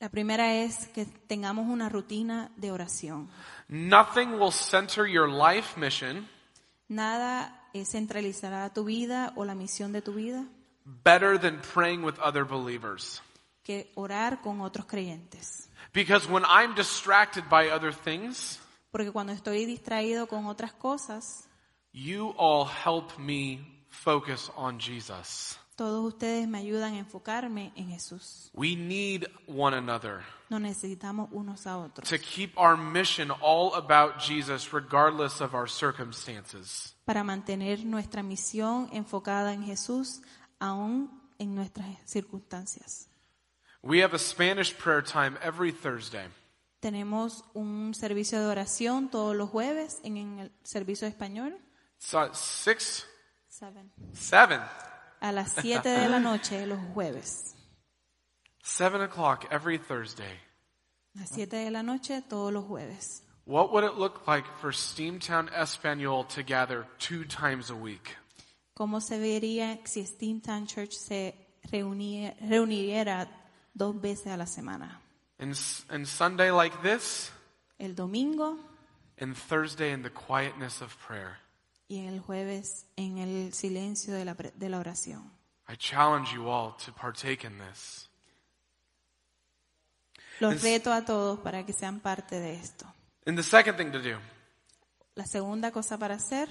Speaker 2: la primera es que tengamos una rutina de oración.
Speaker 1: Nothing will center your life mission
Speaker 2: Nada eh, centralizará tu vida o la misión de tu vida
Speaker 1: better than praying with other believers.
Speaker 2: que orar con otros creyentes.
Speaker 1: Because when I'm distracted by other things,
Speaker 2: Porque cuando estoy distraído con otras cosas,
Speaker 1: you all help me focus on Jesus.
Speaker 2: todos ustedes me ayudan a enfocarme en Jesús.
Speaker 1: We need one another
Speaker 2: Nos necesitamos unos a
Speaker 1: to
Speaker 2: otros
Speaker 1: keep our mission all about Jesus regardless of our circumstances.
Speaker 2: para mantener nuestra misión enfocada en Jesús aún en nuestras circunstancias.
Speaker 1: We have a Spanish prayer time every Thursday.
Speaker 2: Tenemos un servicio de oración todos los jueves en en el servicio español
Speaker 1: It's at 6,
Speaker 2: saben,
Speaker 1: 7,
Speaker 2: a las 7 de la noche los jueves.
Speaker 1: 7 o'clock every Thursday.
Speaker 2: A las 7 de la noche todos los jueves.
Speaker 1: What would it look like for Steamtown Espanol to gather two times a week?
Speaker 2: ¿Cómo se vería si Steamtown Church se reunía- reuniera dos veces a la semana?
Speaker 1: And, s- and Sunday like this,
Speaker 2: El domingo
Speaker 1: and Thursday in the quietness of prayer.
Speaker 2: y el jueves en el silencio de la, pre- de la oración.
Speaker 1: I challenge you all to partake in this.
Speaker 2: Los
Speaker 1: Es-
Speaker 2: reto a todos para que sean parte de esto.
Speaker 1: And the second thing to do,
Speaker 2: La segunda cosa para hacer,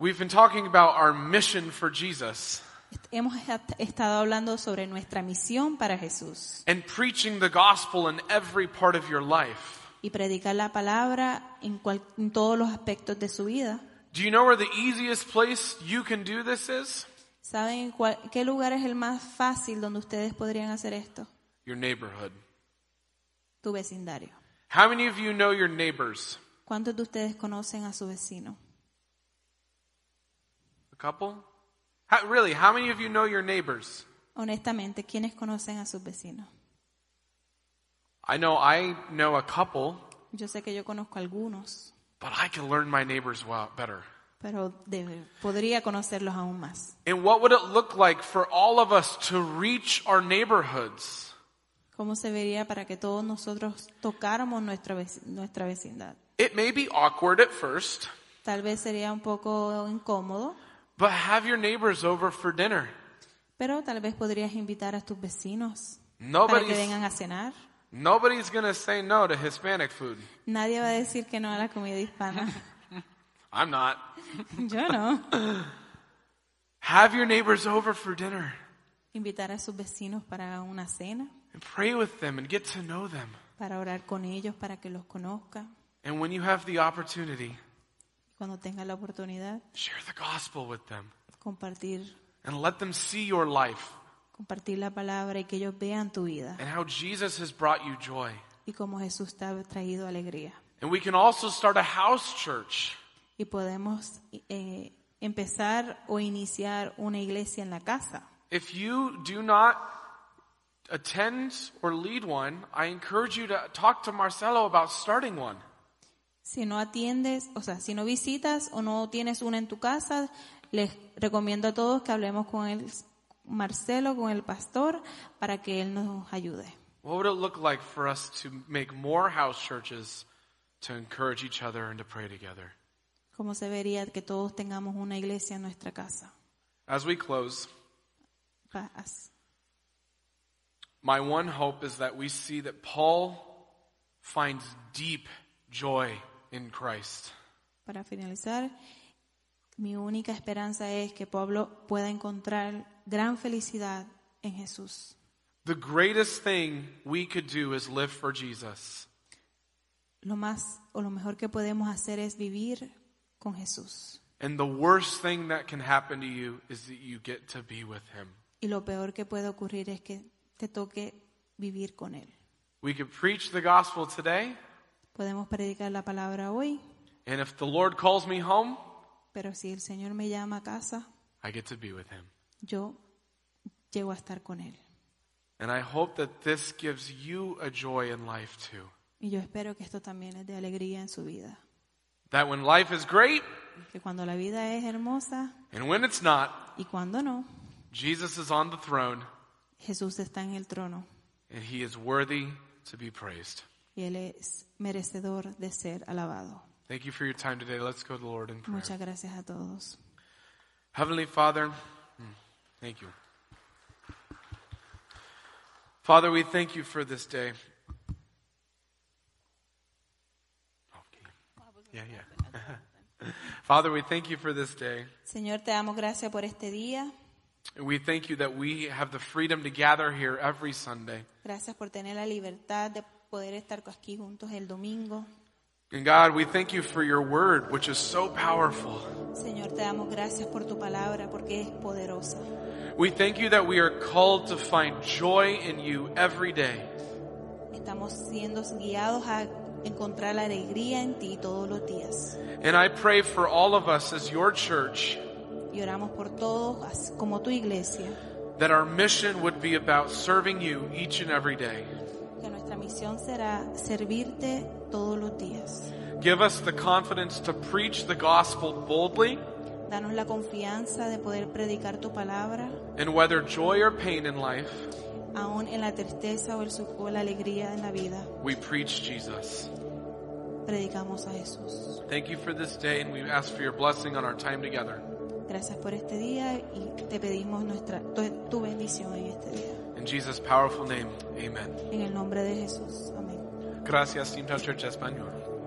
Speaker 1: we've been talking about our mission for Jesus
Speaker 2: est- hemos est- estado hablando sobre nuestra misión para Jesús
Speaker 1: and preaching the gospel in every part of your life.
Speaker 2: y predicar la palabra en, cual- en todos los aspectos de su vida.
Speaker 1: Do you know where the easiest place you can do this is?
Speaker 2: ¿Saben cuál- qué lugar es el más fácil donde ustedes podrían hacer esto?
Speaker 1: Your neighborhood.
Speaker 2: Tu vecindario.
Speaker 1: How many of you know your neighbors?
Speaker 2: ¿Cuántos de ustedes conocen a su vecino?
Speaker 1: A couple? How, really, how many of you know your neighbors?
Speaker 2: Honestamente, ¿quiénes conocen a sus vecinos?
Speaker 1: I know I know a couple,
Speaker 2: Yo sé que yo conozco algunos,
Speaker 1: but I can learn my neighbors well better.
Speaker 2: pero de- podría conocerlos aún más.
Speaker 1: And what would it look like for all of us to reach our neighborhoods?
Speaker 2: ¿Cómo se vería para que todos nosotros tocáramos nuestra, vec- nuestra vecindad?
Speaker 1: It may be awkward at first,
Speaker 2: Tal vez sería un poco incómodo,
Speaker 1: but have your neighbors over for dinner.
Speaker 2: pero tal vez podrías invitar a tus vecinos
Speaker 1: Oh,
Speaker 2: para que
Speaker 1: Nobody's,
Speaker 2: vengan a cenar.
Speaker 1: nobody's gonna say no to Hispanic food.
Speaker 2: Nadie va a decir que no a la comida hispana.
Speaker 1: I'm not.
Speaker 2: Yo no.
Speaker 1: Have your neighbors over for dinner
Speaker 2: Invitar a sus vecinos para una cena,
Speaker 1: and pray with them and get to know them.
Speaker 2: para orar con ellos, para que los conozca.
Speaker 1: And when you have the opportunity,
Speaker 2: Cuando tenga la oportunidad,
Speaker 1: share the gospel with them
Speaker 2: compartir,
Speaker 1: and let them see your life
Speaker 2: compartir la palabra y que ellos vean tu vida
Speaker 1: and how Jesus has brought you joy.
Speaker 2: y cómo Jesús te ha traído alegría.
Speaker 1: And we can also start a house church.
Speaker 2: Y podemos eh, empezar o iniciar una iglesia en la casa.
Speaker 1: If you do not attend or lead one, I encourage you to talk to Marcelo about starting one.
Speaker 2: Si no atiendes, o sea, si no visitas o no tienes una en tu casa, les recomiendo a todos que hablemos con el Marcelo, con el pastor, para que él nos ayude.
Speaker 1: What would it look like for us to make more house churches to encourage each other and to pray together?
Speaker 2: ¿Cómo se vería que todos tengamos una iglesia en nuestra casa?
Speaker 1: As we close,
Speaker 2: Paz.
Speaker 1: my one hope is that we see that Paul finds deep joy in Christ.
Speaker 2: Para finalizar, mi única esperanza es que Pablo pueda encontrar gran felicidad en Jesús.
Speaker 1: The greatest thing we could do is live for Jesus.
Speaker 2: Lo más o lo mejor que podemos hacer es vivir con Jesús.
Speaker 1: And the worst thing that can happen to you is that you get to be with him.
Speaker 2: Y lo peor que puede ocurrir es que te toque vivir con Él.
Speaker 1: We could preach the gospel today,
Speaker 2: Podemos predicar la palabra hoy,
Speaker 1: and if the Lord calls me home,
Speaker 2: pero si el Señor me llama a casa,
Speaker 1: I get to be with him.
Speaker 2: yo llego a estar con Él.
Speaker 1: And I hope that this gives you a joy in life too.
Speaker 2: Y yo espero que esto también es de alegría en su vida.
Speaker 1: That when life is great
Speaker 2: Que cuando la vida es hermosa
Speaker 1: and when it's not,
Speaker 2: y cuando no,
Speaker 1: Jesus is on the throne
Speaker 2: Jesús está en el trono
Speaker 1: and he is worthy to be praised.
Speaker 2: y Él es merecedor de ser alabado.
Speaker 1: Thank you for your time today. Let's go to the Lord in prayer.
Speaker 2: Muchas gracias a todos.
Speaker 1: Heavenly Father, mm, thank you. Father, we thank you for this day. Okay. Yeah, yeah. Father, we thank you for this day.
Speaker 2: Señor, te damos gracias por este día.
Speaker 1: And we thank you that we have the freedom to gather here every Sunday.
Speaker 2: Gracias por tener la libertad de poder estar aquí juntos el domingo.
Speaker 1: And God, we thank you for your word, which is so powerful.
Speaker 2: Señor, te damos gracias por tu palabra porque es poderosa.
Speaker 1: We thank you that we are called to find joy in you every day.
Speaker 2: Estamos siendo guiados a encontrar la alegría en ti todos los días.
Speaker 1: And I pray for all of us as your church
Speaker 2: Y oramos por todos, así como tu iglesia,
Speaker 1: that our mission would be about serving you each and every day.
Speaker 2: que nuestra misión será servirte todos los días.
Speaker 1: Give us the confidence to preach the gospel boldly,
Speaker 2: Danos la confianza de poder predicar tu palabra,
Speaker 1: and whether joy or pain in life,
Speaker 2: aún en la tristeza o, el, su- o la alegría en la vida.
Speaker 1: we preach Jesus.
Speaker 2: Predicamos a Jesús.
Speaker 1: Thank you for this day, and we ask for your blessing on our time together.
Speaker 2: Gracias por este día y te pedimos nuestra, tu, tu bendición en este día.
Speaker 1: In Jesus' powerful name, amen.
Speaker 2: En el nombre de Jesús. Amén.
Speaker 1: Gracias, Team Town Church Español.